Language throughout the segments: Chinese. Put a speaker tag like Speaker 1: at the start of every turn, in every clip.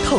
Speaker 1: 透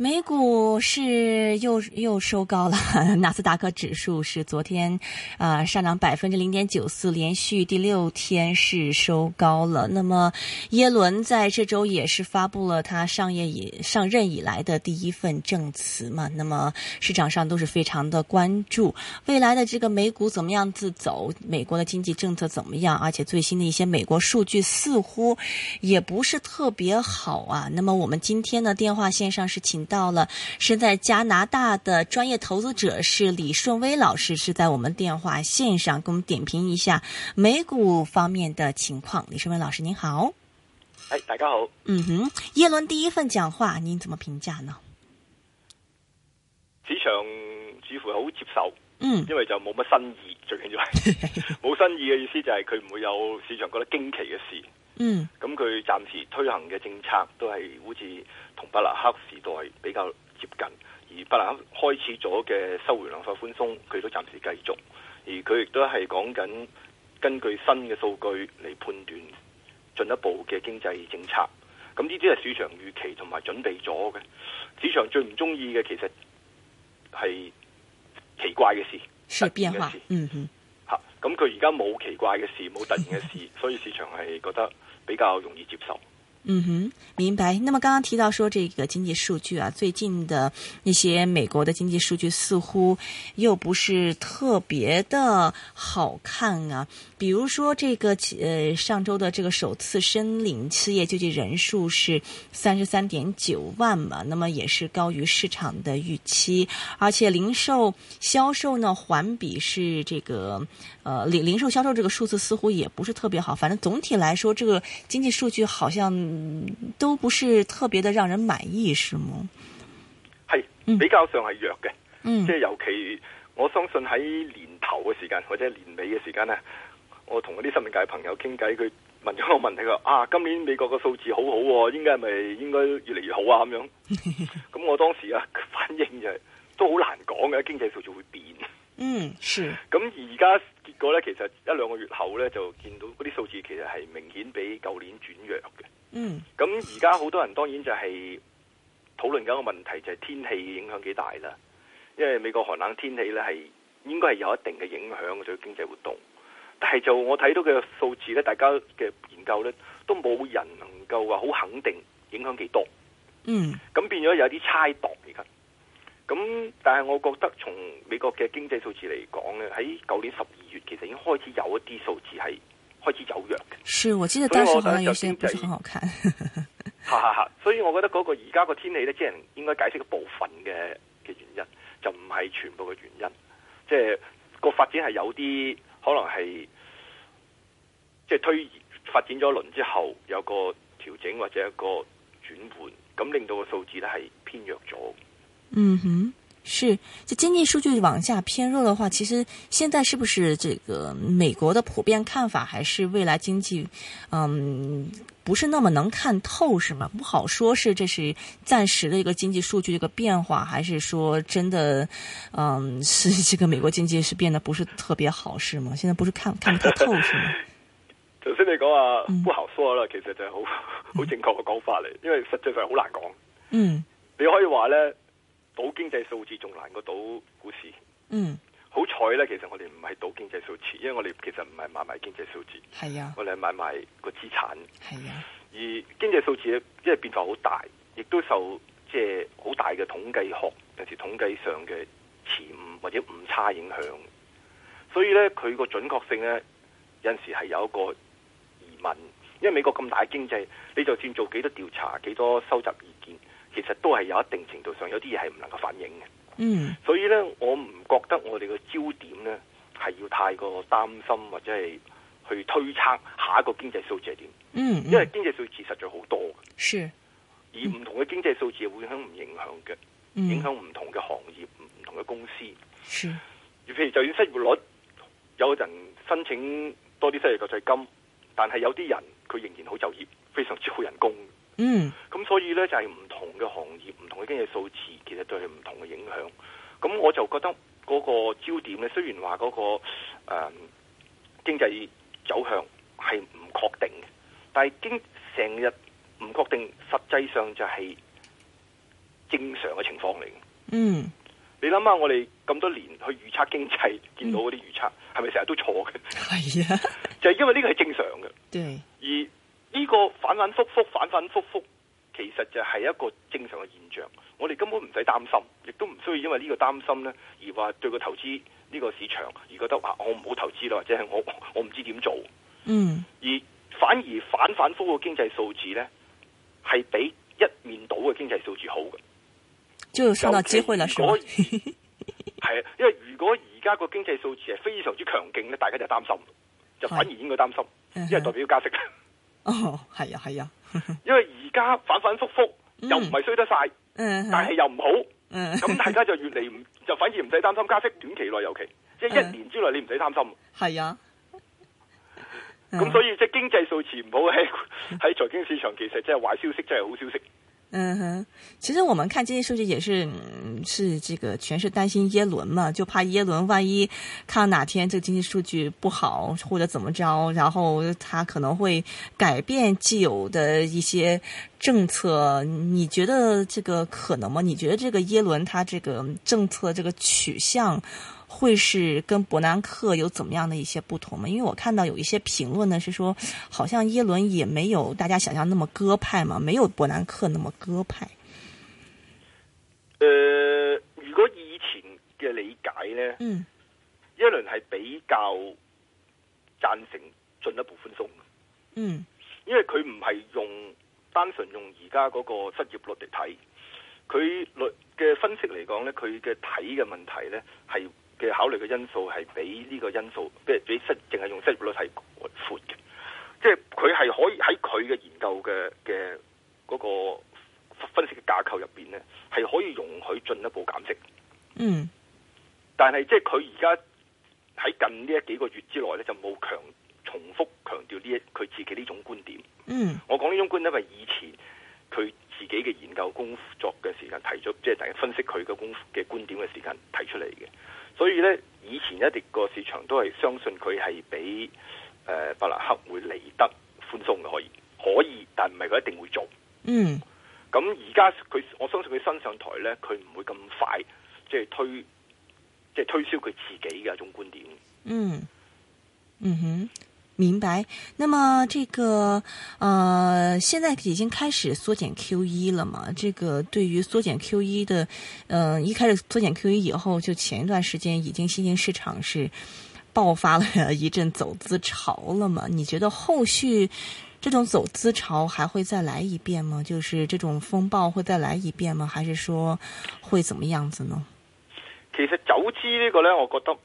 Speaker 2: 美股是又又收高了， 纳斯达克指数是昨天，啊、上涨百分之零点九四，连续第六天是收高了。那么，耶伦在这周也是发布了他上业以上任以来的第一份证词嘛，那么市场上都是非常的关注未来的这个美股怎么样子走，美国的经济政策怎么样，而且最新的一些美国数据似乎也不是特别好啊。那么我们今天呢，电话线上是请到了身在加拿大的专业投资者是李顺威老师，是在我们电话线上给我们点评一下美股方面的情况。李顺威老师您好，
Speaker 3: 系哎大家好，
Speaker 2: 嗯哼，耶伦第一份讲话您怎么评价呢？
Speaker 3: 市場似乎好接受，
Speaker 2: 嗯
Speaker 3: 因為就冇乜新意，最緊要係冇新意嘅意思就係佢唔會有市場覺得驚奇嘅事。
Speaker 2: 嗯
Speaker 3: 咁佢暫時推行嘅政策都係好似同伯南克時代比較接近，而伯南克開始咗嘅收回量化寬鬆，佢都暫時繼續，而佢亦都係講緊根據新嘅數據嚟判斷進一步嘅經濟政策。咁呢啲係市場預期同埋準備咗嘅。市場最唔中意嘅其實係奇怪嘅事，
Speaker 2: 是变化
Speaker 3: 突然嘅事，
Speaker 2: 嗯哼，
Speaker 3: 嚇，咁佢而家冇奇怪嘅事，冇突然嘅事，所以市場係覺得比較容易接受。
Speaker 2: 嗯哼，明白。那么刚刚提到说这个经济数据啊，最近的一些美国的经济数据似乎又不是特别的好看啊。比如说这个呃上周的这个首次申领失业救济人数是三十三点九万嘛，那么也是高于市场的预期，而且零售销售呢环比是这个呃零零售销售这个数字似乎也不是特别好，反正总体来说这个经济数据好像嗯都不是特别的让人满意，是吗？
Speaker 3: 係
Speaker 2: 嗯
Speaker 3: 比較上係弱嘅，
Speaker 2: 嗯
Speaker 3: 即係尤其我相信喺年頭嘅時間或者年尾嘅時間呢，我同嗰啲新聞界朋友傾偈，佢問咗我問題，佢話啊今年美國個數字好好、喎，應該係咪 應該越嚟越好啊 咁樣？咁我當時啊反應就係、都好難講嘅，經濟數字會變。
Speaker 2: 嗯，是，
Speaker 3: 咁而家結果呢，其實一兩個月後呢，就見到嗰啲數字其實係明顯比舊年轉弱嘅。
Speaker 2: 嗯
Speaker 3: 咁而家好多人當然就係討論緊個問題，就係天氣影響幾大啦。因為美國寒冷天氣呢，係應該係有一定嘅影響對經濟活動，但係就我睇到嘅數字呢，大家嘅研究呢，都冇人能夠話好肯定影響幾多。
Speaker 2: 嗯
Speaker 3: 咁變咗有啲猜度而家。咁但係我覺得從美國嘅經濟數字嚟講咧，喺舊年十二月其實已經開始有一啲數字係開始走弱嘅，
Speaker 2: 是我记得
Speaker 3: 所以
Speaker 2: 当时
Speaker 3: 我
Speaker 2: 好像有些
Speaker 3: 觉得
Speaker 2: 不是
Speaker 3: 经济
Speaker 2: 很好看，
Speaker 3: 哈哈哈！所以我覺得嗰個而家個天氣咧，只能應該解釋部分嘅嘅原因，就唔係全部嘅原因。即係個發展係有啲可能係即係推發展咗一輪之後有個調整或者一個轉換，咁令到個數字咧係偏弱咗。
Speaker 2: 嗯哼。是，这经济数据往下偏弱的话，其实现在是不是这个美国的普遍看法还是未来经济，嗯，不是那么能看透，是吗？不好说是这是暂时的一个经济数据的一个变化，还是说真的，嗯， 是这个美国经济是变得不是特别好，是吗？现在不是看看不太透，是吗？
Speaker 3: 頭先你講話
Speaker 2: 嗯
Speaker 3: 不好說啦，其實就係好好正確嘅講法嚟，因為實際上好難講。
Speaker 2: 嗯
Speaker 3: 你可以話呢，賭經濟數字仲難過賭股市。
Speaker 2: 嗯，
Speaker 3: 好彩呢，其實我哋唔係賭經濟數字，因為我哋其實唔係買賣經濟數字，
Speaker 2: 系呀，
Speaker 3: 我哋係買賣個資產。
Speaker 2: 系呀，
Speaker 3: 而經濟數字因為變化好大，亦都受即係好大嘅統計學有時統計上嘅遲誤或者誤差影響。所以呢，佢個準確性呢，有陣時係有一個疑問，因為美國咁大嘅經濟，你就算做幾多調查、幾多收集意見，其實都係有一定程度上有啲嘢係唔能夠反映嘅。
Speaker 2: 嗯
Speaker 3: 所以咧，我唔覺得我哋嘅焦點咧係要太過擔心或者係去推測下一個經濟數字係點，
Speaker 2: 嗯，嗯
Speaker 3: 因為經濟數字實在好多嘅，
Speaker 2: 是，
Speaker 3: 而唔同嘅經濟數字會影響唔影響嘅，影
Speaker 2: 嗯
Speaker 3: 響唔同嘅行業、唔同嘅公司。
Speaker 2: 是，
Speaker 3: 譬如就算失業率，有人申請多啲失業救濟金，但係有啲人佢仍然好就業，非常之好人工。
Speaker 2: 嗯
Speaker 3: 咁所以呢，就係、唔同嘅行業、唔同嘅經濟數字，其實對佢唔同嘅影響。咁我就覺得嗰個焦點咧，雖然話嗰、個誒、呃、經濟走向係唔確定嘅，但係經成日唔確定，實際上就係正常嘅情況嚟嘅。
Speaker 2: 嗯
Speaker 3: 你諗下，我哋咁多年去預測經濟，見到嗰啲預測係咪成日都錯嘅？
Speaker 2: 係啊，
Speaker 3: 就係因為呢個係正常嘅，
Speaker 2: 對，
Speaker 3: 而呢個反反覆覆、反反覆覆，其實就係一個正常嘅現象。我哋根本唔使擔心，亦都唔需要因為呢個擔心呢而話對個投資呢個市場而覺得啊，我唔好投資啦，或者係我我唔知點做。
Speaker 2: 嗯
Speaker 3: 而反而反反覆覆嘅經濟數字呢，係比一面倒嘅經濟數字好嘅。
Speaker 2: 就有上到機會了，是嗎
Speaker 3: 尤？其如果係啊，因為如果而家個經濟數字係非常之強勁咧，大家就擔心，就反而應該擔心，
Speaker 2: 嗯哼
Speaker 3: 因為代表加息。
Speaker 2: 哦，係啊，係啊，
Speaker 3: 因為而家反反覆覆
Speaker 2: 嗯
Speaker 3: 又唔係衰得晒，
Speaker 2: 嗯
Speaker 3: 但係又唔好，
Speaker 2: 嗯，
Speaker 3: 咁大家就越嚟唔 就反而唔使擔心加息，短期內尤其即係
Speaker 2: 嗯
Speaker 3: 一年之內你唔使擔心。
Speaker 2: 係啊，嗯
Speaker 3: 咁所以即係經濟數字唔好喺 喺財經市場，其實即係壞消息，真係好消息。
Speaker 2: 嗯哼，其实我们看经济数据也是，嗯是这个全是担心耶伦嘛，就怕耶伦万一看哪天这个经济数据不好或者怎么着，然后他可能会改变既有的一些政策。你觉得这个可能吗？你觉得这个耶伦他这个政策这个取向会是跟伯南克有怎么样的一些不同吗？因为我看到有一些评论呢是说，好像耶伦也没有大家想象那么鸽派嘛，没有伯南克那么鸽派。
Speaker 3: 誒、呃如果以前嘅理解呢，
Speaker 2: 嗯
Speaker 3: 一輪係比較贊成進一步寬鬆嘅。
Speaker 2: 嗯
Speaker 3: 因為佢唔係用單純用而家嗰個失業率嚟睇，佢率嘅分析嚟講呢，佢嘅睇嘅問題呢，係嘅考慮嘅因素係比呢個因素，即係比失淨係用失業率係闊嘅，即係佢係可以喺佢嘅研究嘅嘅嗰個分析嘅架構入邊呢，係可以容許進一步減息。
Speaker 2: 嗯
Speaker 3: 但係即係佢而家喺近呢一幾個月之內呢，就冇強重複強調呢一佢自己呢種觀點。
Speaker 2: 嗯
Speaker 3: 我講呢種觀點，因為以前佢自己嘅研究工作嘅時間提出，即係大家分析佢嘅功夫嘅觀點嘅時間提出嚟嘅。所以呢，以前一直個市場都係相信佢係比誒伯南克會嚟得寬鬆嘅，可以可以，但唔係佢一定會做。
Speaker 2: 嗯
Speaker 3: 咁而家佢，我相信佢新上台呢，佢唔會咁快即係推即係推銷佢自己嘅一種觀點。
Speaker 2: 嗯嗯哼，明白。那么这个呃，现在已经开始缩减 Q 一了嘛？这个对于缩减 Q 一的，呃，一开始缩减 Q 一以后，就前一段时间已经新兴市场是爆发了一阵走资潮了嘛？你觉得后续这种走资潮还会再来一遍吗？就是这种风暴会再来一遍吗？还是说会怎么样子呢？
Speaker 3: 其實走資呢個呢，我覺得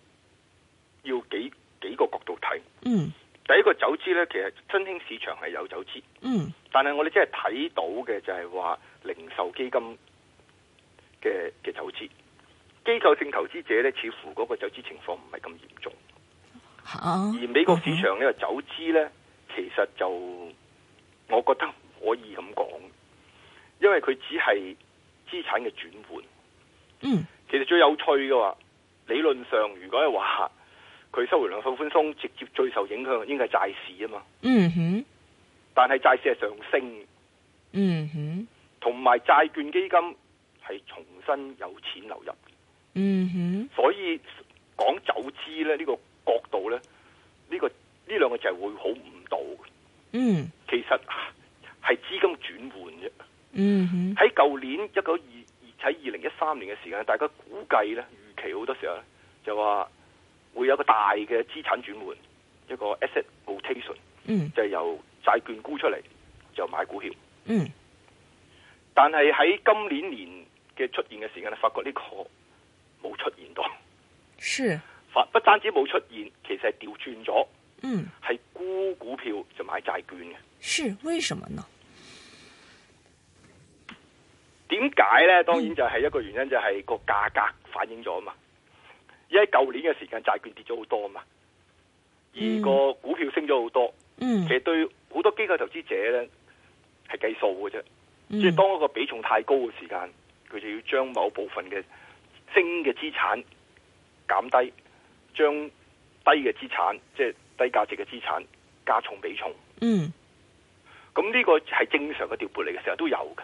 Speaker 3: 要幾幾個角度睇。
Speaker 2: 嗯
Speaker 3: 第一個走資呢，其實新興市場係有走資，
Speaker 2: 嗯
Speaker 3: 但係我哋即係睇到嘅就係話零售基金嘅嘅走資，機構性投資者呢，似乎嗰個走資情況唔係咁嚴重，
Speaker 2: 好
Speaker 3: 而，美國市場呢個走資呢，其實就我覺得唔可以咁講，因為佢只係資產嘅轉換。
Speaker 2: 嗯
Speaker 3: 其實最有趣嘅話，理論上如果係話佢收回量化寬鬆，直接最受影響嘅應該係債市啊嘛，
Speaker 2: 嗯哼。
Speaker 3: 但係債市係上升嘅。
Speaker 2: 嗯哼，
Speaker 3: 同埋債券基金係重新有錢流入，
Speaker 2: 嗯哼，
Speaker 3: 所以講走資咧呢、呢個角度咧，呢、呢個呢兩個就係會好誤導嘅。
Speaker 2: 嗯
Speaker 3: 其實啊係資金轉換啫。
Speaker 2: 嗯哼，
Speaker 3: 喺舊年一九二喺二零一三年嘅時間，大家估計咧預期好多時候呢就話會有一個大嘅資產轉換，一個 asset rotation，
Speaker 2: 嗯
Speaker 3: 就係由債券沽出嚟就買股票。
Speaker 2: 嗯
Speaker 3: 但係喺今年年嘅出現嘅時間咧，發覺呢個冇出現到，
Speaker 2: 是，
Speaker 3: 發不單止冇出現，其實係調轉咗，
Speaker 2: 嗯
Speaker 3: 係沽股票就買債券嘅。
Speaker 2: 是，为什么呢？
Speaker 3: 點解呢？當然就係一個原因，就係個價格反映咗啊嘛。因為舊年嘅時間債券跌咗好多啊嘛，而
Speaker 2: 嗯
Speaker 3: 個股票升咗好多，
Speaker 2: 嗯
Speaker 3: 其實對好多機構投資者呢係計數嘅啫。即係
Speaker 2: 嗯
Speaker 3: 當一個比重太高嘅時間，佢就要將某部分嘅升嘅資產減低，將低嘅資產，即係低價值嘅資產加重比重。
Speaker 2: 嗯
Speaker 3: 咁呢個係正常嘅調撥嚟嘅，成日都有嘅。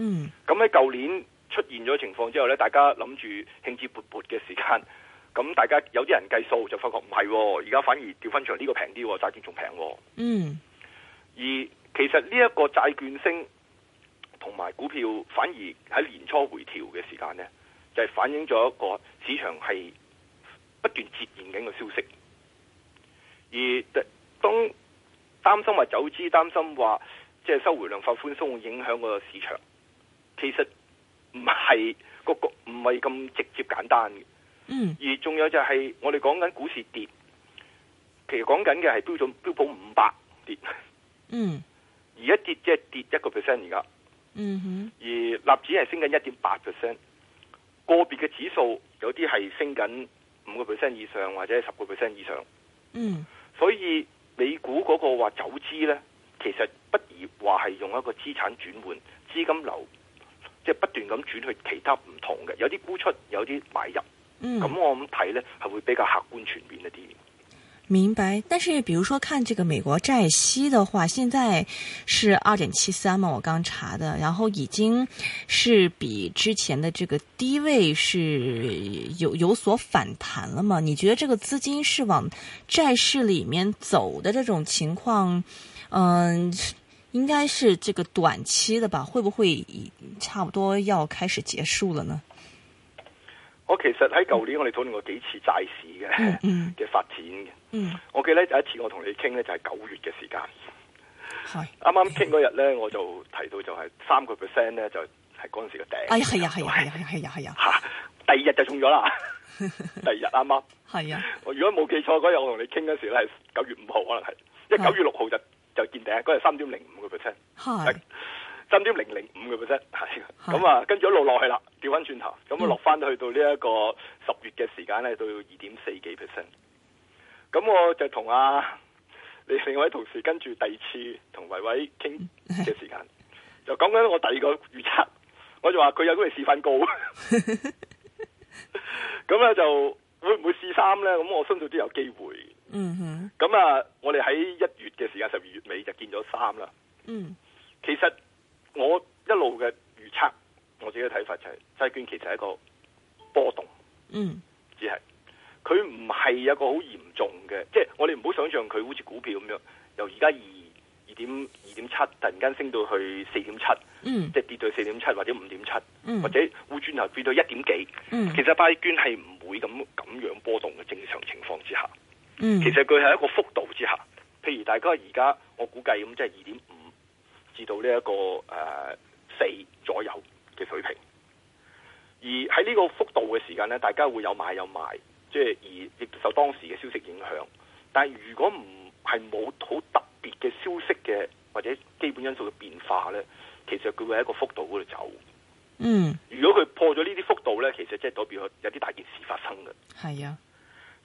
Speaker 2: 嗯
Speaker 3: 咁喺舊年出現咗情況之後呢，大家諗住興致勃勃嘅時間，咁大家有啲人計數就發覺唔係喎，而家反而調翻場呢個平啲喎，債券仲平喎。
Speaker 2: 嗯
Speaker 3: 而其實呢一個債券升同埋股票反而喺年初回調嘅時間呢，就係、反映咗一個市場係不斷折現緊嘅消息。而當擔心話走資，擔心話即係收回量化寬鬆會影響個市場，其實唔係個個唔係咁直接簡單嘅。
Speaker 2: 嗯
Speaker 3: 而仲有就係我哋講緊股市跌，其實講緊嘅係標準標普五百跌。
Speaker 2: 嗯
Speaker 3: 而一跌即係跌一個 percent 而家，
Speaker 2: 嗯哼
Speaker 3: 而納指係升緊一點八 percent，個別嘅指數有啲係升緊五個 percent 以上或者十個 percent 以上，
Speaker 2: 嗯
Speaker 3: 所以美股嗰個話走資呢，其實不如話係用一個資產轉換、資金流，即、係、不斷咁轉去其他唔同嘅，有啲沽出，有啲買入，
Speaker 2: 嗯，
Speaker 3: 咁我咁睇呢，係會比較客觀全面一啲。
Speaker 2: 明白，但是比如说看这个美国债息的话，现在是二点七三嘛，我刚查的，然后已经是比之前的这个低位是有有所反弹了嘛？你觉得这个资金是往债市里面走的这种情况，嗯、应该是这个短期的吧？会不会已差不多要开始结束了呢？
Speaker 3: 我其實喺舊年我哋討論過幾次債市嘅
Speaker 2: 嗯
Speaker 3: 嘅發展嘅，
Speaker 2: 嗯，
Speaker 3: 我記得第一次我同你傾呢，就係九月嘅時間。
Speaker 2: 好，
Speaker 3: 啱啱傾嗰日咧，我就提到就係三個 percent 咧，就係嗰陣時嘅頂。
Speaker 2: 哎呀，系呀，系呀，系呀，系呀，系呀，
Speaker 3: 嚇！第二日就中咗啦，第二日啱啱。
Speaker 2: 系呀，
Speaker 3: 我如果冇記錯嗰日，我同你傾嗰時咧係九月五號，可能係，因為九月六號就就見頂，嗰日三點零五個 percent，
Speaker 2: 嗨，
Speaker 3: 三點零零五個 percent，係 咁啊，跟住一路落去啦，調翻轉頭，咁啊落翻去到呢一個十月嘅時間咧，到二點四幾 percent。咁我就同啊你 另外一位同事跟住第二次同維維傾嘅時間，就講緊我第二個預測，我就話佢有機會試翻高，咁咧就會唔會試三咧？咁我相信都有機會。
Speaker 2: 嗯哼，
Speaker 3: 咁啊，我哋喺一月嘅時間，十二月尾就見咗三啦。
Speaker 2: 嗯。
Speaker 3: 其實我一路嘅預測，我自己嘅睇法就係、債券其實係一個波動，
Speaker 2: 嗯
Speaker 3: 只係佢唔係一個好嚴重嘅，即係我哋唔好想象佢好似股票咁樣，由而家二二點二點七突然間升到去四點七，
Speaker 2: 嗯
Speaker 3: 即係跌到四點七或者五點七，
Speaker 2: 嗯
Speaker 3: 或者會轉頭跌到一點幾。
Speaker 2: 嗯
Speaker 3: 其實債券係唔會咁咁樣波動嘅正常情況之下。
Speaker 2: 嗯
Speaker 3: 其實佢係一個幅度之下，譬如大家而家我估計咁，即係二點五至到呢、一個呃誒四、左右嘅水平。而喺呢個幅度嘅時間呢，大家會有買有賣，即係而亦受當時嘅消息影響。但係如果唔係冇好特別嘅消息嘅或者基本因素嘅變化呢，其實佢會喺一個幅度嗰度走。
Speaker 2: 嗯
Speaker 3: 如果佢破咗呢啲幅度呢，其實即係代表有啲大件事發生嘅。
Speaker 2: 係啊，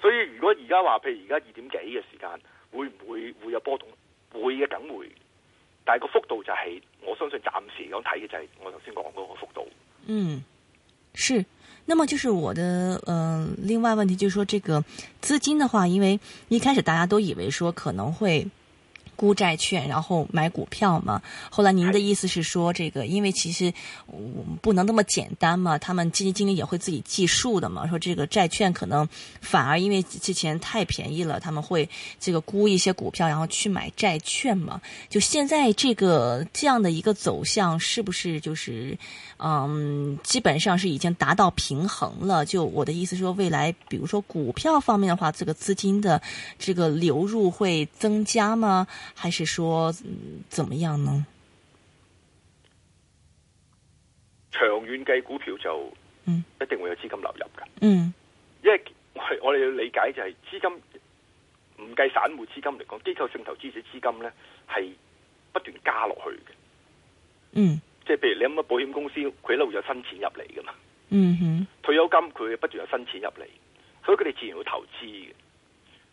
Speaker 3: 所以如果而家話，譬如而家二點幾嘅時間，會唔會會有波動？會嘅，梗會。但係個幅度就係、我相信暫時咁睇嘅就係我頭先講嗰個幅度。
Speaker 2: 嗯是。那麼就是我的嗯、呃另外問題就是說，這個資金的話，因為一開始大家都以為說可能會沽債券，然後買股票嘛。後來您的意思是說，这个因為其實、嗯不能那麼簡單嘛，他們基金经理也會自己計數的嘛。說這個債券可能反而因為之前太便宜了，他們會这个沽一些股票，然後去買債券嘛。就現在這個這樣的一個走向，是不是就是嗯，基本上是已经达到平衡了。就我的意思说，未来比如说股票方面的话，这个资金的这个流入会增加吗？还是说、嗯怎么样呢？
Speaker 3: 長遠計股票就
Speaker 2: 嗯
Speaker 3: 一定會有資金流入嘅，
Speaker 2: 嗯
Speaker 3: 因為我哋我哋要理解就係資金唔計散戶資金嚟講，機構性投資者資金呢係不斷加落去嘅。
Speaker 2: 嗯
Speaker 3: 即係譬如你諗下保險公司，佢一路有新錢入嚟㗎嘛。
Speaker 2: 嗯哼
Speaker 3: 退休金佢不斷有新錢入嚟，所以佢哋自然會投資嘅。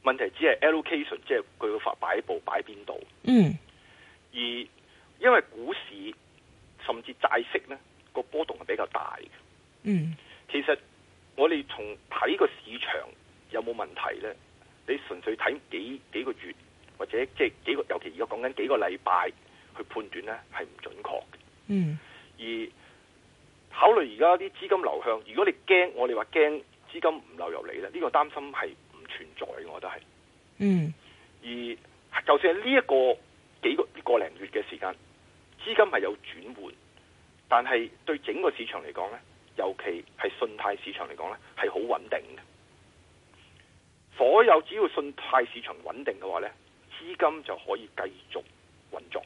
Speaker 3: 問題只係 allocation，即係佢個擺佈擺邊度。
Speaker 2: 嗯
Speaker 3: 而因為股市甚至債息呢個波動係比較大嘅。
Speaker 2: 嗯
Speaker 3: 其實我哋從睇個市場有冇問題呢？你純粹睇幾幾個月或者即係幾個，尤其而家講緊幾個禮拜去判斷呢，係唔準確嘅。
Speaker 2: 嗯
Speaker 3: 而考慮而家啲資金流向，如果你驚，我哋話驚資金唔流入嚟呢，呢、個擔心係唔存在嘅，我覺得係。
Speaker 2: 嗯
Speaker 3: 而就算係呢一個幾個呢個零月嘅時間，資金係有轉換，但係對整個市場嚟講呢，尤其係信貸市場嚟講呢，係好穩定嘅。所有只要信貸市場穩定嘅話呢，資金就可以繼續運作。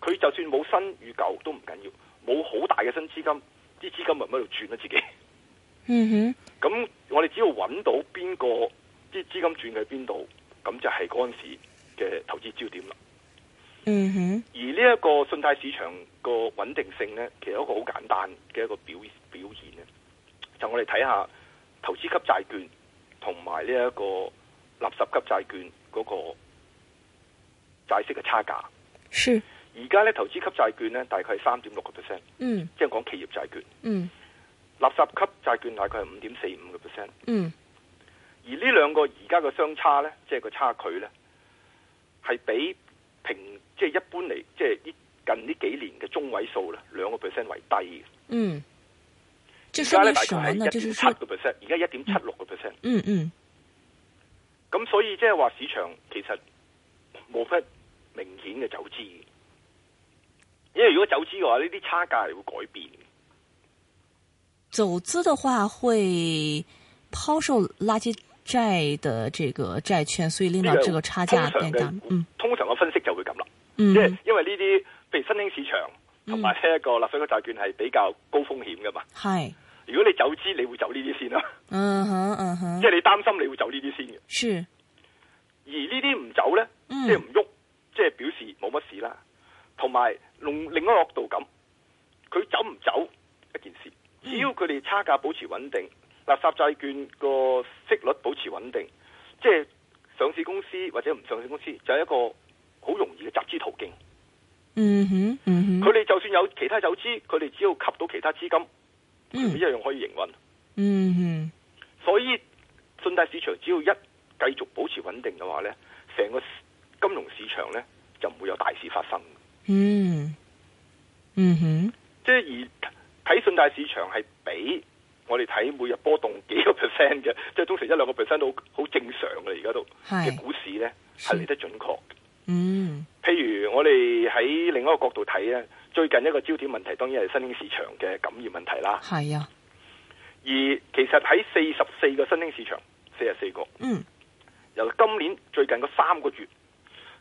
Speaker 3: 佢就算冇新與舊都唔緊要，冇好大嘅新資金，啲資金咪喺度轉咯自己。
Speaker 2: 嗯哼，
Speaker 3: 咁我哋只要揾到邊個啲資金轉去邊度，咁就係嗰陣時嘅投資焦點啦。
Speaker 2: 嗯哼，
Speaker 3: 而呢一個信貸市場個穩定性呢，其實有一個好簡單嘅一個表表現咧，就我哋睇下投資級債券同埋呢一個垃圾級債券嗰個債息嘅差價。
Speaker 2: 是，
Speaker 3: 而家呢，投資級債券呢，大概係三點六個 percent，
Speaker 2: 嗯
Speaker 3: 即係講企業債券；
Speaker 2: 嗯
Speaker 3: 垃圾級債券大概係五點四五個 percent。
Speaker 2: 嗯
Speaker 3: 而呢兩個而家嘅相差呢，即係個差距呢，係比平即係、一般嚟，即係呢近呢幾年嘅中位數呢，兩個 percent 為低嘅。
Speaker 2: 嗯，这
Speaker 3: 而
Speaker 2: 说
Speaker 3: 家呢，
Speaker 2: 明
Speaker 3: 大
Speaker 2: 什么
Speaker 3: 概係
Speaker 2: 呢？
Speaker 3: 一
Speaker 2: 就
Speaker 3: 點
Speaker 2: 是
Speaker 3: 七
Speaker 2: 说，
Speaker 3: 個 percent，而家一點七六個 percent。
Speaker 2: 嗯嗯
Speaker 3: 咁所以即係話市場其實冇乜明顯嘅走資嘅，因為如果走資嘅話，呢啲差價係會改變嘅。
Speaker 2: 走资的话会抛售垃圾债的这个债券，所以令到
Speaker 3: 呢個
Speaker 2: 这个啊差价
Speaker 3: 通常
Speaker 2: 变大
Speaker 3: 嘅。
Speaker 2: 嗯
Speaker 3: 通常嘅分析就會咁啦。即係
Speaker 2: 嗯，
Speaker 3: 因為呢啲譬如新興市場同埋呢一個垃圾嘅債券係比較高風險噶嘛。
Speaker 2: 嗨，
Speaker 3: 如果你走資，你會走呢啲先啦，
Speaker 2: 嗯哼嗯哼
Speaker 3: 即，係你擔心你會走呢啲先嘅。
Speaker 2: 是，
Speaker 3: 而呢啲唔走呢，
Speaker 2: 嗯
Speaker 3: 即係唔喐，即係表示冇乜事啦。同埋用另一個角度咁，佢走唔走一件事，
Speaker 2: 嗯
Speaker 3: 只要佢哋差價保持穩定，垃圾債券個息率保持穩定，即係上市公司或者唔上市公司就係一個好容易嘅集資途徑。
Speaker 2: 嗯哼嗯
Speaker 3: 佢
Speaker 2: 哼，
Speaker 3: 哋就算有其他走資，佢哋只要吸到其他資金，佢
Speaker 2: 嗯
Speaker 3: 一樣可以營運。
Speaker 2: 嗯哼
Speaker 3: 所以信貸市場只要一繼續保持穩定嘅話呢成個金融市場呢就唔會有大事發生。
Speaker 2: 嗯嗯哼，
Speaker 3: 即係而睇信貸市場係比我哋睇每日波動幾個 percent 嘅，即係通常一兩個 percent 都好好正常嘅。而家都嘅
Speaker 2: 嗨，
Speaker 3: 股市呢
Speaker 2: 是
Speaker 3: 係嚟得準確嘅。
Speaker 2: 嗯
Speaker 3: 譬如我哋喺另一個角度睇呢最近一個焦點問題當然係新興市場嘅感染問題啦。
Speaker 2: 嗨呀，
Speaker 3: 而其實喺四十四個新興市場，四十四個。
Speaker 2: 嗯
Speaker 3: 由今年最近嗰三個月，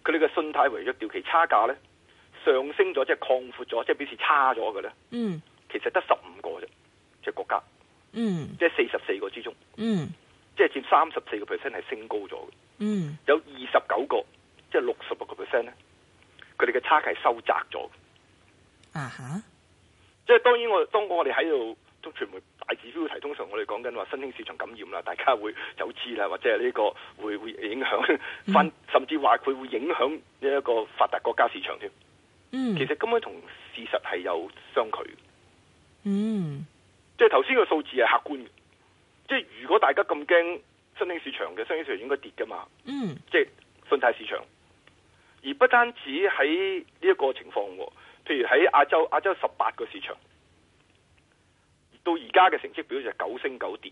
Speaker 3: 佢哋嘅信貸違約掉期差價呢上升咗，即係擴闊咗，即係表示差咗嘅呢，
Speaker 2: 嗯
Speaker 3: 其實得十五個啫，即係國家，
Speaker 2: 嗯
Speaker 3: 即係四十四個之中，
Speaker 2: 嗯
Speaker 3: 即係佔三十四個 percent 係升高咗嘅，
Speaker 2: 嗯
Speaker 3: 有二十九個，即係六十六個 percent 呢，佢哋嘅差價係收窄咗嘅。
Speaker 2: 啊哈，
Speaker 3: 即係當然我當我哋喺度。中傳媒大指標題，通常我哋講緊話新興市場感染啦，大家會走資啦，或者係呢個會會影響
Speaker 2: 嗯
Speaker 3: 翻，甚至話佢會影響呢一個發達國家市場添。
Speaker 2: 嗯
Speaker 3: 其實根本同事實係有相距嘅，
Speaker 2: 嗯
Speaker 3: 即係頭先個數字係客觀嘅。即係如果大家咁驚新興市場嘅新興市場應該跌㗎嘛，
Speaker 2: 嗯
Speaker 3: 即係信貸市場。而不單止喺呢一個情況喎，譬如喺亞洲亞洲十八個市場，到而家嘅成績表就係九升九跌，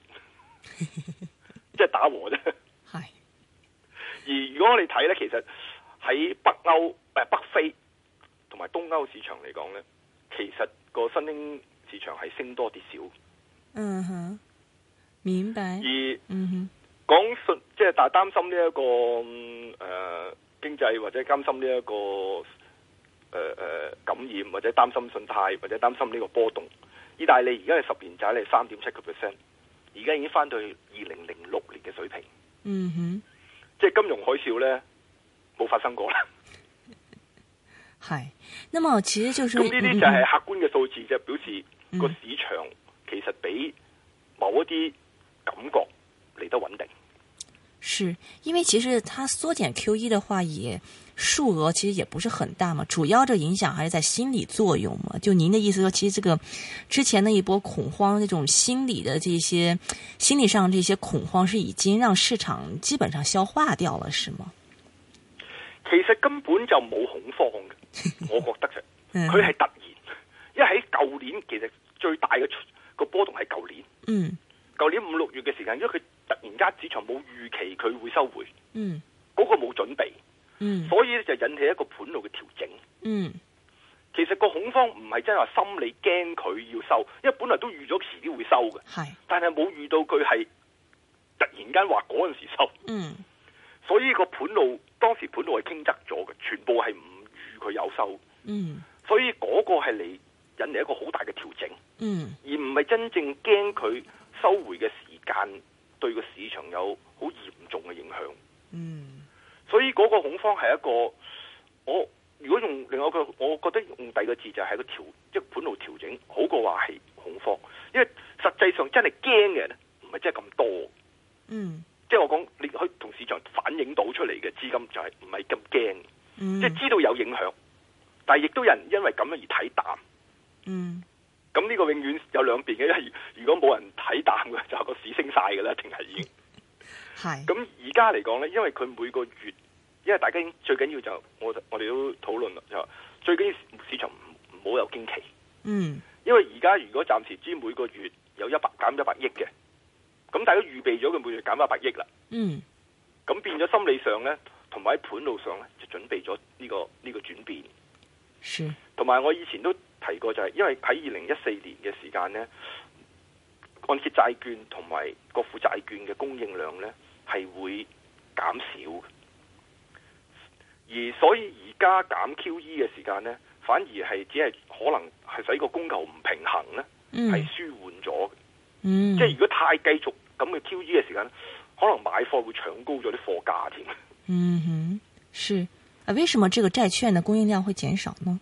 Speaker 3: 即係打和啫。
Speaker 2: 嗨，
Speaker 3: 而如果我哋睇呢，其實喺北歐、誒北非同埋東歐市場嚟講呢，其實個新興市場係升多跌少。
Speaker 2: 嗯哼，明白
Speaker 3: 而，
Speaker 2: 嗯哼。
Speaker 3: 講信即係大擔心呢、一個誒、嗯呃、經濟，或者擔心呢、一個誒誒、呃呃感染，或者擔心信貸，或者擔心呢個波動。意大利而家係十年債咧三點七個 percent，而家已經翻到去二零零六年嘅水平，
Speaker 2: 嗯哼，
Speaker 3: 即係金融海嘯 呢，冇發生過啦。
Speaker 2: 嗨，那么其实就是
Speaker 3: 咁呢啲就係客觀嘅數字，就表示
Speaker 2: 嗯
Speaker 3: 個市場其實比某一啲感覺嚟得穩定。
Speaker 2: 是因为其实它缩减 QE 的话也，数额其实也不是很大嘛，主要这影响还是在心理作用嘛。就您的意思说，其实这个之前的一波恐慌，这种心理的这些心理上这些恐慌是已经让市场基本上消化掉了，是吗？
Speaker 3: 其實根本就冇恐慌 嘅，我覺得就
Speaker 2: 嗯
Speaker 3: 佢係突然，因為喺舊年其實最大嘅出個波動係舊年，
Speaker 2: 嗯
Speaker 3: 舊年五六月嘅時間，因為佢突然間市場冇預期佢會收回，
Speaker 2: 嗯
Speaker 3: 嗰、個冇準備，
Speaker 2: 嗯
Speaker 3: 所以就引起一個盤路嘅調整。
Speaker 2: 嗯
Speaker 3: 其實個恐慌唔係真係話心理驚佢要收，因為本來都預咗遲啲會收嘅，
Speaker 2: 係
Speaker 3: 但係冇遇到佢係突然間話嗰陣時收，
Speaker 2: 嗯
Speaker 3: 所以個盤路當時盤路係傾側咗嘅，全部係唔預佢有收。
Speaker 2: 嗯
Speaker 3: 所以嗰個係嚟引嚟一個好大嘅調整，
Speaker 2: 嗯
Speaker 3: 而唔係真正驚佢收回嘅時間對個市場有好嚴重嘅影響。
Speaker 2: 嗯
Speaker 3: 所以嗰個恐慌係一個我如果用另外一個，我覺得用第二個字就係一個調，即係盤路調整，好過話係恐慌，因為實際上真係驚嘅咧，唔係真係咁多。
Speaker 2: 嗯
Speaker 3: 即係我講，你可以同市場反映到出嚟嘅資金就係唔係咁驚，即係
Speaker 2: 嗯
Speaker 3: 知道有影響，但係亦都有人因為咁樣而睇淡。
Speaker 2: 嗯
Speaker 3: 咁呢個永遠有兩邊嘅，因為如果冇人睇淡嘅，就個市升晒嘅啦，一定係已經。
Speaker 2: 係
Speaker 3: 咁而家嚟講呢，因為佢每個月，因為大家已經最緊要就我我哋都討論啦，就話最緊要市場唔唔好有驚奇，
Speaker 2: 嗯
Speaker 3: 因為而家如果暫時知每個月有一百減一百億嘅，咁大家預備咗佢每月減一百億啦，
Speaker 2: 嗯
Speaker 3: 咁變咗心理上呢，同埋喺盤路上呢，就準備咗呢、個呢、個轉變。
Speaker 2: 是
Speaker 3: 同埋我以前都提過、就係因為喺二零一四年嘅時間呢，按揭債券同埋國庫債券嘅供應量呢係會減少嘅，而所以而家減 QE 嘅時間呢，反而係只係可能係使個供求唔平衡呢
Speaker 2: 嗯
Speaker 3: 係舒緩咗嘅，
Speaker 2: 嗯
Speaker 3: 即係如果太繼續咁嘅 QE 嘅時間，可能買貨會搶高咗啲貨價添。
Speaker 2: 嗯哼，是啊，为什么这个债券的供应量会减少呢？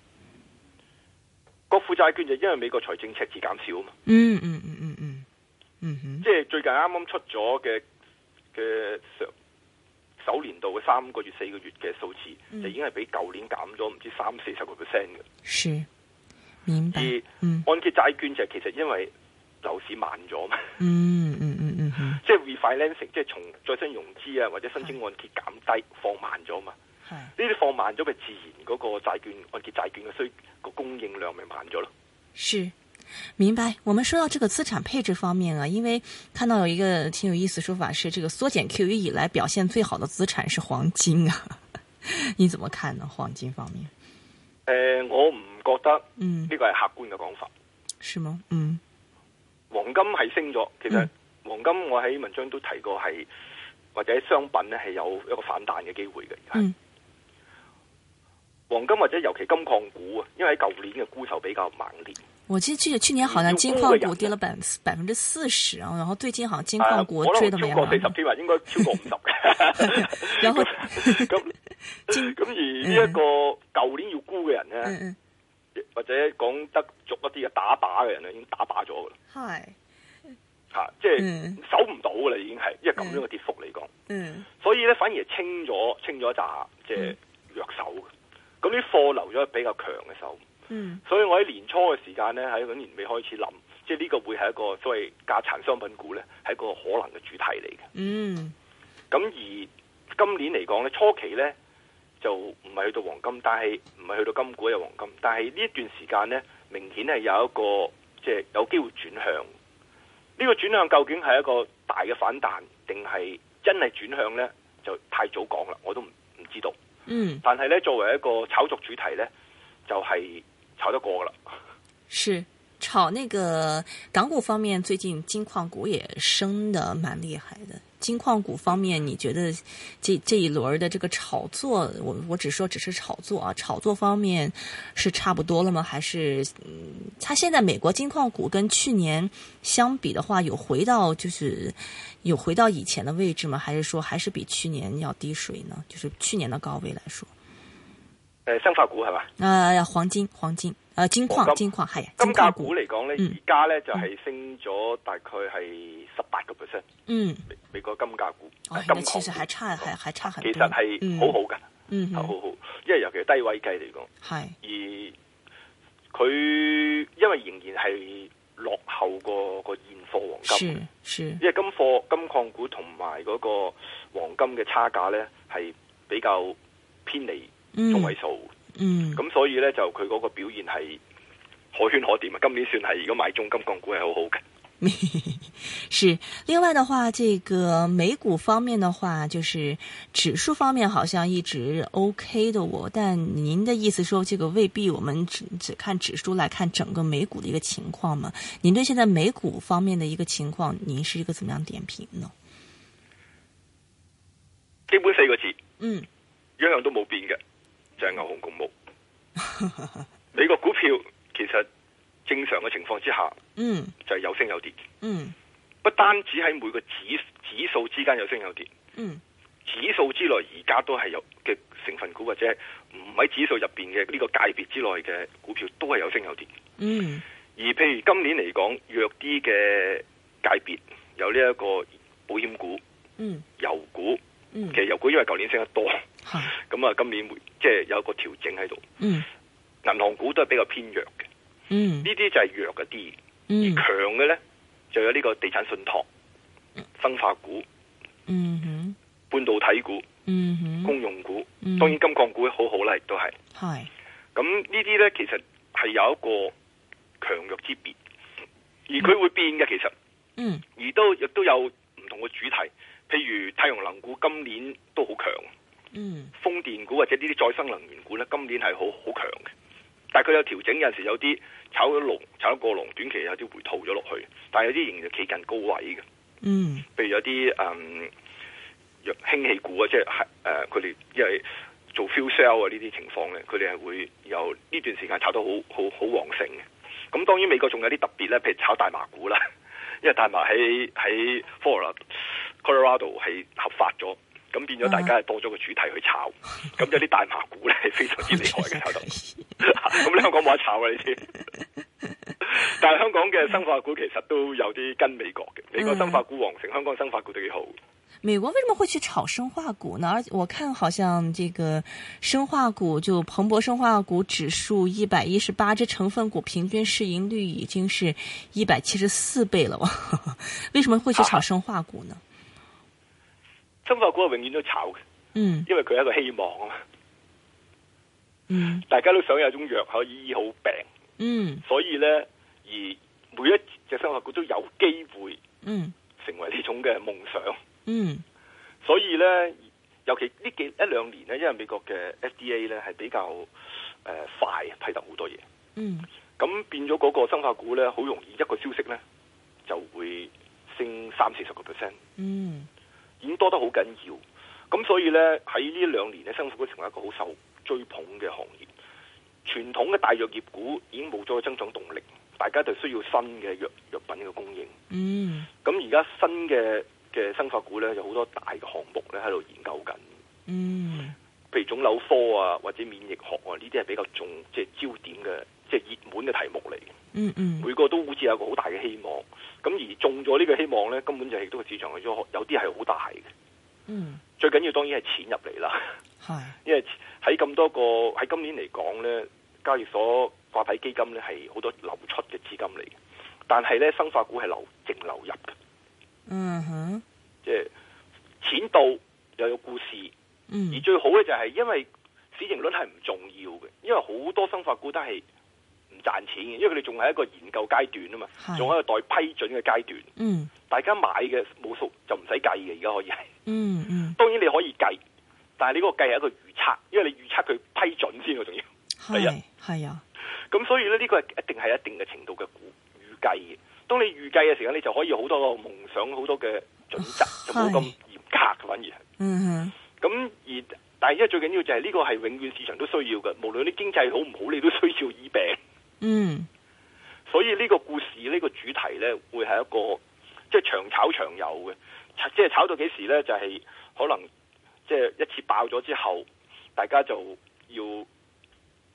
Speaker 3: 國庫債券就因為美國財政赤字減少啊嘛。
Speaker 2: 嗯嗯嗯嗯嗯嗯哼，
Speaker 3: 即係最近啱啱出咗嘅嘅上首年度嘅三個月、四個月嘅數字，
Speaker 2: 嗯
Speaker 3: 就已經係比舊年減咗唔知三四十個 percent 嘅。
Speaker 2: 是明白，
Speaker 3: 而
Speaker 2: 嗯
Speaker 3: 按揭債券就其實因為樓市慢咗嘛，
Speaker 2: 嗯嗯嗯嗯嗯，
Speaker 3: 即係 refinancing，即係從再生融資啊或者申請按揭減低放慢咗嘛。
Speaker 2: 系
Speaker 3: 呢啲放慢咗，咪自然嗰個債券按揭債券嘅需個供應量咪慢咗咯。
Speaker 2: 是。明白。我们说到这个资产配置方面啊，因为看到有一个挺有意思的说法是，这个缩减 QE 以来表现最好的资产是黄金啊， 你怎么看呢？黄金方面，
Speaker 3: 誒、我唔覺得
Speaker 2: 嗯，
Speaker 3: 呢個係客觀嘅講法。
Speaker 2: 是吗？嗯
Speaker 3: 黃金係升咗，其實
Speaker 2: 嗯
Speaker 3: 黃金我喺文章都提過係，或者商品咧係有一個反彈嘅機會嘅。
Speaker 2: 嗯
Speaker 3: 黃金或者尤其金礦股啊，因為喺舊年嘅沽售比較猛烈，
Speaker 2: 我记得去去年好像金矿股跌了百百分之四十啊，然后最近好像金
Speaker 3: 啊
Speaker 2: 矿股
Speaker 3: 我諗
Speaker 2: 追的
Speaker 3: 超
Speaker 2: 蛮
Speaker 3: 過
Speaker 2: 好
Speaker 3: 四十
Speaker 2: 的，
Speaker 3: 添啊，應該超過五 十。
Speaker 2: 然后
Speaker 3: 咁咁
Speaker 2: 金
Speaker 3: 咁而呢一個舊年要沽嘅人
Speaker 2: 嗯
Speaker 3: 咧，
Speaker 2: 嗯，
Speaker 3: 或者講得俗一啲嘅打靶嘅人咧，已經打靶咗噶啦，
Speaker 2: 嗨，
Speaker 3: 嚇，即係
Speaker 2: 嗯
Speaker 3: 守唔到噶啦，已經係，因為咁樣嘅跌幅嚟講。
Speaker 2: 嗯
Speaker 3: 所以咧反而係清咗清咗一扎即係弱手嘅，咁啲貨留咗比較強嘅手，
Speaker 2: 嗯
Speaker 3: 所以我喺年初嘅時間咧喺嗰年尾開始諗，即係呢個會係一個所謂價殘商品股咧係一個可能嘅主題嚟嘅。
Speaker 2: 嗯
Speaker 3: 咁而今年嚟講咧初期咧就唔係去到黃金，但係唔係去到金股有黃金，但係呢一段時間咧明顯係有一個即係有機會轉向。呢、個轉向究竟係一個大嘅反彈，定係真係轉向呢？就太早講啦，我都唔唔知道。
Speaker 2: 嗯，
Speaker 3: 但係呢，作為一個炒作主題呢，就係、炒得過噶啦。
Speaker 2: 是炒那个港股方面，最近金矿股也升的蛮厉害的。金矿股方面，你觉得这这一轮儿的这个炒作，我我只说只是炒作啊，炒作方面是差不多了吗？还是嗯，它现在美国金矿股跟去年相比的话，有回到就是有回到以前的位置吗？还是说还是比去年要低水呢？就是去年的高位来说。
Speaker 3: 誒、生化股係嘛？
Speaker 2: 嗯呃，黄金，黄金，啊、誒金礦
Speaker 3: 黃
Speaker 2: 金
Speaker 3: 金
Speaker 2: 礦係
Speaker 3: 金
Speaker 2: 金
Speaker 3: 價
Speaker 2: 礦
Speaker 3: 股
Speaker 2: 股，
Speaker 3: 嚟講
Speaker 2: 嗯
Speaker 3: 呢，而家呢就係升咗大概係十八個 percent，
Speaker 2: 嗯，
Speaker 3: 美美國金價股，
Speaker 2: 哦，
Speaker 3: 金
Speaker 2: 那其實
Speaker 3: 礦股
Speaker 2: 還差還還差很
Speaker 3: 其
Speaker 2: 多，
Speaker 3: 實係好好㗎，
Speaker 2: 嗯，嗯
Speaker 3: 係
Speaker 2: 哼，
Speaker 3: 好好，因為尤其係低位計嚟講，
Speaker 2: 係
Speaker 3: 而佢因為仍然係落後過個現貨黃金。
Speaker 2: 是是
Speaker 3: 因為金貨、金礦股同埋嗰個黃金嘅差價呢，係比較偏離
Speaker 2: 嗯
Speaker 3: 中位數，
Speaker 2: 嗯
Speaker 3: 咁、所以呢，就佢嗰個表現係可圈可點啊！今年算係如果買中金礦股係好好嘅，
Speaker 2: 是，另外的话，这个美股方面的话，就是指数方面好像一直 OK 的我，但您的意思说，这个未必我们只只看指数来看整个美股的一个情况嘛？您对现在美股方面的一个情况，您是一个怎么样点评呢？
Speaker 3: 基本四個字，
Speaker 2: 嗯，
Speaker 3: 樣樣都冇變嘅，就係、牛熊共舞。美國股票其實正常嘅情況之下
Speaker 2: 嗯
Speaker 3: 就係有升有跌，
Speaker 2: 嗯
Speaker 3: 不單止喺每個指指數之間有升有跌。
Speaker 2: 嗯
Speaker 3: 指數之內而家都係有嘅成分股或者唔喺指數入邊嘅呢個界別之內嘅股票都係有升有跌。
Speaker 2: 嗯
Speaker 3: 而譬如今年嚟講，弱啲嘅界別有呢一個保險股、
Speaker 2: 嗯
Speaker 3: 油股，
Speaker 2: 嗯
Speaker 3: 其，實油股因為舊年升得多，
Speaker 2: 好，
Speaker 3: 咁啊今年會即係有一個調整喺度。
Speaker 2: 嗯
Speaker 3: 銀行股都係比較偏弱嘅，
Speaker 2: 嗯
Speaker 3: 呢啲就係弱一啲，
Speaker 2: 嗯
Speaker 3: 強嘅呢，就有呢個地產信託、生化股、
Speaker 2: 嗯哼
Speaker 3: 半導體股、
Speaker 2: 嗯哼，
Speaker 3: 公用股，
Speaker 2: 嗯
Speaker 3: 當然金礦股好好啦，亦都係。
Speaker 2: 係
Speaker 3: 咁呢啲呢，其實係有一個強弱之別，而佢會變嘅其實，
Speaker 2: 嗯
Speaker 3: 而都亦都有唔同嘅主題，譬如太陽能股今年都好強，
Speaker 2: 嗯
Speaker 3: 風電股或者呢啲再生能源股呢，今年係好好強嘅。但係佢有調整，有陣時有啲炒咗龍，炒咗過龍，短期有啲回吐咗落去，但係有啲仍然企近高位嘅。
Speaker 2: 嗯
Speaker 3: 譬如有啲嗯若氫氣股啊，即係誒佢哋因為做 fuel cell 啊呢啲情況咧，佢哋係會有呢段時間炒到好好好旺盛嘅。咁當然美國仲有啲特別咧，譬如炒大麻股啦， 因為大麻喺喺 Florida、Colorado 係合法咗，咁變咗大家係多咗個主題去炒。咁有啲大麻股咧係非常之厲害 嘅炒到。 咁你香港冇得炒啊！呢啲，但係香港嘅生化股其實都有啲跟美國嘅，美國生化股旺盛，香港生化股都幾好。
Speaker 2: 美国为什么会去炒生化股呢？而我看好像这个生化股，就彭博生化股指数一百一十八只成分股平均市盈率已经是一百七十四倍了，哇！为什么会去炒生化股呢？
Speaker 3: 生化股係永遠都炒嘅，
Speaker 2: 嗯
Speaker 3: 因為佢係一個希望啊嘛，
Speaker 2: 嗯
Speaker 3: 大家都想有種藥可以醫好病，
Speaker 2: 嗯
Speaker 3: 所以呢，而每一隻生化股都有機會
Speaker 2: 嗯
Speaker 3: 成為呢種嘅夢想。
Speaker 2: 嗯
Speaker 3: 所以呢，尤其呢幾一兩年呢，因為美國嘅 FDA 呢係比較誒、呃快批得好多嘢。
Speaker 2: 嗯
Speaker 3: 咁變咗嗰個生化股咧，好容易一個消息咧就會升三四十個 percent，
Speaker 2: 嗯
Speaker 3: 已經多得好緊要。咁所以咧喺呢兩年咧，生化股成為一個好受追捧嘅行業。傳統嘅大藥業股已經冇咗增長動力，大家就需要新嘅藥藥品嘅供應。
Speaker 2: 嗯
Speaker 3: 咁而家新嘅嘅生化股咧，有好多大嘅項目咧喺度研究緊，
Speaker 2: 嗯
Speaker 3: 譬如腫瘤科啊，或者免疫學啊，呢啲係比較重即係焦點嘅，即係熱門嘅題目嚟嘅。
Speaker 2: 嗯嗯
Speaker 3: 每個都好似有個好大嘅希望，咁而中咗呢個希望呢，根本就亦都個市場去咗，有啲係好大嘅。
Speaker 2: 嗯，
Speaker 3: 最緊要當然係錢入嚟啦，
Speaker 2: 係
Speaker 3: 因為喺咁多個喺今年嚟講呢，交易所掛牌基金呢係好多流出嘅資金嚟嘅，但係呢，生化股係流淨流入嘅，
Speaker 2: 嗯哼
Speaker 3: 即係錢到又有故事，而
Speaker 2: 嗯
Speaker 3: 最好呢，就係因為市盈率係唔重要嘅，因為好多生化股都係唔賺錢嘅，因為佢哋仲係一個研究階段啊嘛，
Speaker 2: 係
Speaker 3: 仲喺個待批准嘅階段。
Speaker 2: 嗯
Speaker 3: 大家買嘅冇數就唔使計嘅，而家可以係。
Speaker 2: 嗯嗯
Speaker 3: 當然你可以計，但係你嗰個計係一個預測，因為你預測佢批准先啊喎，仲要。
Speaker 2: 係係啊
Speaker 3: 咁所以咧，呢個係一定係一定嘅程度嘅估預計嘅。當你預計嘅時間，你就可以好多個夢想，好多嘅準則，就冇咁嚴格反而係。
Speaker 2: 嗯哼
Speaker 3: 咁而但係因為最緊要就係呢個係永遠市場都需要嘅，無論你經濟好唔好，你都需要醫病。
Speaker 2: 嗯
Speaker 3: 所以呢個故事呢、個主題呢，會係一個即係長炒長有嘅，即係炒到幾時呢？就係、可能即係一次爆咗之後，大家就要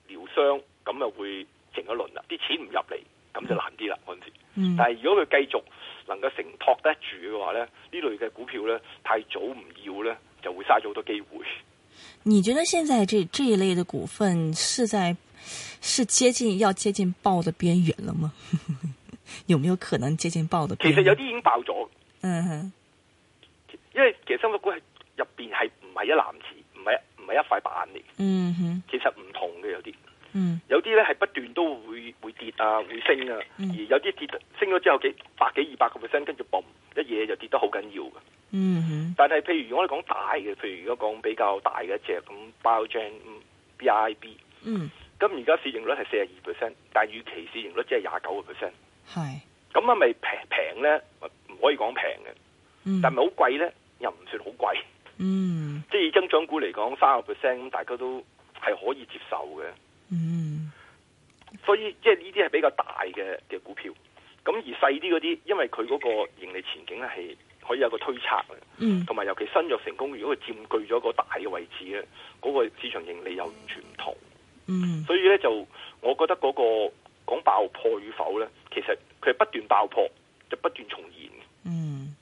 Speaker 3: 療傷，咁又會靜一輪啦，啲錢唔入嚟，咁就難啲啦嗰陣時。
Speaker 2: 嗯
Speaker 3: 但係如果佢繼續能夠承托得住嘅話咧，呢類嘅股票咧太早唔要咧，就會嘥咗好多機會。
Speaker 2: 你觉得现在这这一类的股份是在是接近要接近爆的边缘了吗？ 有没有可能接近爆的边
Speaker 3: 其
Speaker 2: 缘？
Speaker 3: 實有啲已經爆咗，
Speaker 2: 嗯哼
Speaker 3: 因為其實生物股係入邊係唔係一籃子，唔係唔係一塊板嚟嘅，
Speaker 2: 嗯哼
Speaker 3: 其實唔同嘅有啲。
Speaker 2: 嗯
Speaker 3: 有啲咧係不斷都會會跌啊，會升啊，
Speaker 2: 嗯
Speaker 3: 而有啲跌升咗之後幾百幾二百個 percent，跟住嘣一嘢就跌得好緊要嘅。
Speaker 2: 嗯哼
Speaker 3: 但係譬如我哋講大嘅，譬如如果講比較大嘅一隻咁 Biogen 嗯 BIB，
Speaker 2: 嗯，
Speaker 3: 咁而家市盈率係四十二 percent，但係預期市盈率只係廿九個 percent，
Speaker 2: 系
Speaker 3: 咁係咪平平咧？唔可以講平嘅，
Speaker 2: 嗯
Speaker 3: 但係咪好貴咧？又唔算好貴，
Speaker 2: 嗯
Speaker 3: 即係以增長股嚟講，三個 percent 咁大家都係可以接受嘅。
Speaker 2: 嗯
Speaker 3: 所以即係呢啲係比較大嘅嘅股票。咁而細啲嗰啲，因為佢嗰個盈利前景咧係可以有個推測嘅，
Speaker 2: 嗯
Speaker 3: 同埋尤其新藥成功，如果佢佔據咗個大嘅位置咧，嗰、個市場盈利又完全唔同。
Speaker 2: 嗯
Speaker 3: 所以咧就，我覺得嗰、個講爆破與否咧，其實佢係不斷爆破，就不斷重現。
Speaker 2: 嗯。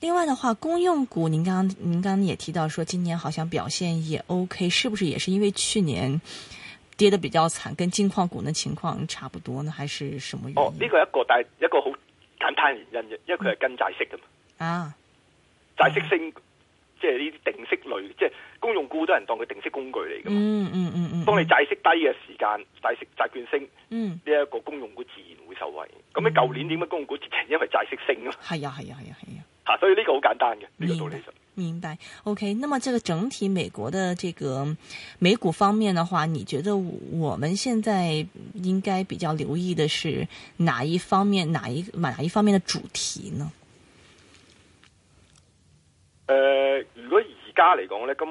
Speaker 2: 另外的话，公用股，您刚您刚刚也提到说，今年好像表现也 OK，是不是也是因为去年跌的比较惨，跟金矿股的情况差不多呢？还是什么原因？
Speaker 3: 哦，呢、個一個，但係一個好簡單嘅原因啫，因為佢係跟債息㗎嘛，
Speaker 2: 啊，
Speaker 3: 債息升，即係呢啲定息類，即係公用股好多人當佢定息工具嚟㗎嘛。
Speaker 2: 嗯嗯嗯嗯，
Speaker 3: 當你債息低嘅時間，債息債券升，呢、
Speaker 2: 嗯
Speaker 3: 一個公用股自然會受惠。咁喺舊年點解公用股跌？因為債息升啊嘛，
Speaker 2: 系呀系呀系呀系呀，
Speaker 3: 嚇！所以呢個好簡單嘅，呢、個道理
Speaker 2: 明
Speaker 3: 就
Speaker 2: 嗯明白。OK，那么这个整体美国的这个美股方面的话，你觉得我们现在应该比较留意的是哪一方面，哪一哪一方面的主题呢？
Speaker 3: 誒、呃如果而家嚟講呢，金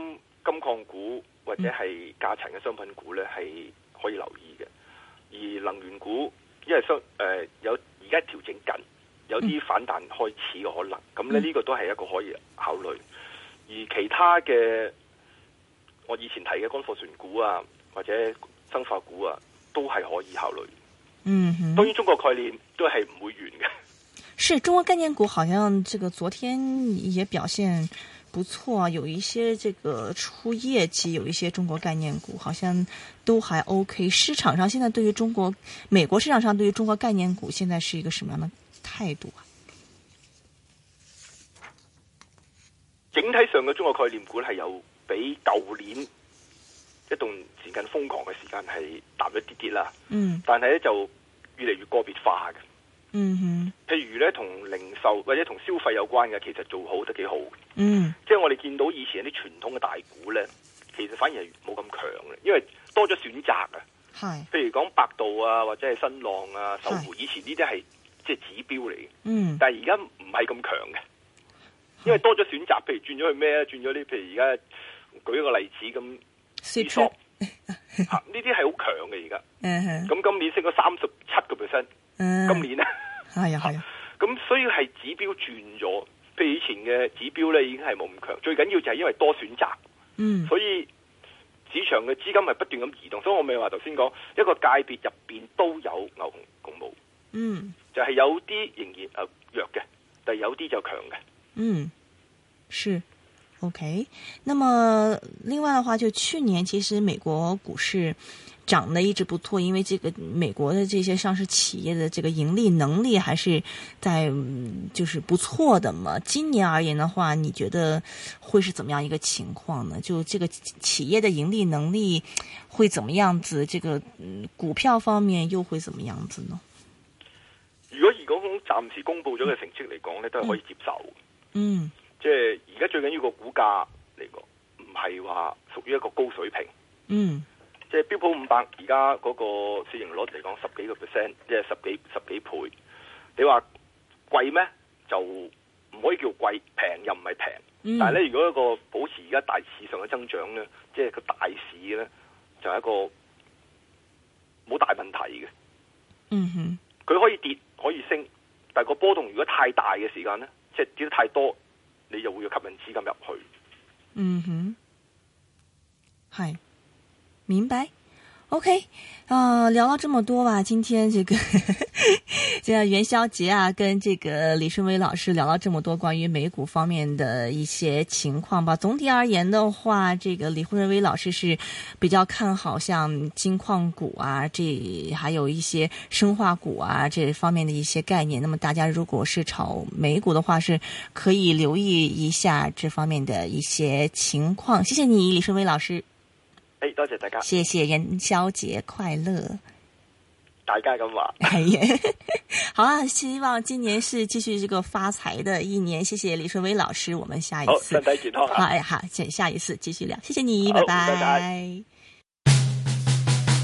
Speaker 3: 金礦股或
Speaker 2: 嗯
Speaker 3: 者係價錢嘅商品股呢，係可以留意嘅。而能源股因為相誒、有而家調整緊，有啲反彈開始嘅可能。咁咧
Speaker 2: 嗯
Speaker 3: 呢個都係一個可以考慮。而其他嘅我以前提嘅乾貨船股啊，或者生化股啊，都係可以考慮。
Speaker 2: 嗯哼
Speaker 3: 當然中國概念都係唔會完嘅。
Speaker 2: 是中国概念股好像这个昨天也表现不错啊，有一些这个出业绩，有一些中国概念股好像都还 OK。市场上现在对于中国、美国市场上对于中国概念股现在是一个什么样的态度啊？
Speaker 3: 整體上嘅中國概念股係有比舊年一段時間瘋狂嘅時間係淡咗啲啲啦，
Speaker 2: 嗯
Speaker 3: 但係咧就越嚟越個別化嘅。
Speaker 2: 嗯哼
Speaker 3: 譬如咧同零售或者同消費有關嘅，其實做好得幾好。
Speaker 2: 嗯
Speaker 3: 即係我哋見到以前啲傳統嘅大股咧，其實反而係冇咁強嘅，因為多咗選擇啊。
Speaker 2: 嗨
Speaker 3: 譬如講百度啊，或者係新浪啊、搜狐，
Speaker 2: 係
Speaker 3: 以前呢啲係即係指標嚟嘅。
Speaker 2: 嗯
Speaker 3: 但係而家唔係咁強嘅，因為多咗選擇，譬如轉咗去咩咧？轉咗啲譬如而家舉一個例子咁，
Speaker 2: ，C
Speaker 3: 索嚇呢啲係好強嘅而家。
Speaker 2: 嗯哼
Speaker 3: 咁今年升咗三十七個 percent，
Speaker 2: 嗯，
Speaker 3: 今年咧，啊
Speaker 2: 哎呀哎呀，
Speaker 3: 咁所以係指標轉咗，譬如以前嘅指標咧已經係冇咁強。最緊要就係因為多選擇，
Speaker 2: 嗯
Speaker 3: 所以市場嘅資金係不斷咁移動。所以我咪話頭先講一個界別入邊都有牛熊共舞，
Speaker 2: 嗯
Speaker 3: 就係、有啲仍然誒弱嘅，但係有啲就強嘅。
Speaker 2: 嗯，是。OK，那么另外的话，就去年其实美国股市涨得一直不错，因为这个美国的这些上市企业的这个盈利能力还是在嗯就是不错的嘛。今年而言的话，你觉得会是怎么样一个情况呢？就这个企企业的盈利能力会怎么样子？这个嗯股票方面又会怎么样子呢？
Speaker 3: 如果而講暫時公佈咗嘅成績嚟講咧，都係可以接受。
Speaker 2: 嗯
Speaker 3: 即係而家最緊要個股價嚟講，唔係話屬於一個高水平。
Speaker 2: 嗯
Speaker 3: 即係標普五百而家嗰個市盈率嚟講，十幾個 percent，即係十幾十幾倍。你話貴咩？就唔可以叫貴，平又唔係平。
Speaker 2: 嗯，
Speaker 3: 但係咧，如果一個保持而家大市上嘅增長咧，即係個大市咧，就係、一個冇大問題嘅。
Speaker 2: 嗯哼
Speaker 3: 佢可以跌，可以升，但係個波動如果太大嘅時間咧，即係跌得太多，你就會要吸引資金入去。
Speaker 2: 嗯哼，係，明白。 OK，啊、聊了这么多吧，今天这个这个元宵节啊，跟这个李顺威老师聊了这么多关于美股方面的一些情况吧。总体而言的话，这个李顺威老师是比较看好像金矿股啊，这还有一些生化股啊这方面的一些概念。那么大家如果是炒美股的话，是可以留意一下这方面的一些情况。谢谢你，李顺威老师。
Speaker 3: 诶，多謝大家，
Speaker 2: 谢谢元宵节快乐！
Speaker 3: 大家咁話。
Speaker 2: 哎呀， 好啊，希望今年是继续这个发财的一年。谢谢李顺威老师，我们下一
Speaker 3: 好，
Speaker 2: 次
Speaker 3: 身體健康啊！
Speaker 2: 好哎好，下下一次继续聊，谢谢你，
Speaker 3: 好
Speaker 2: 拜
Speaker 3: 拜拜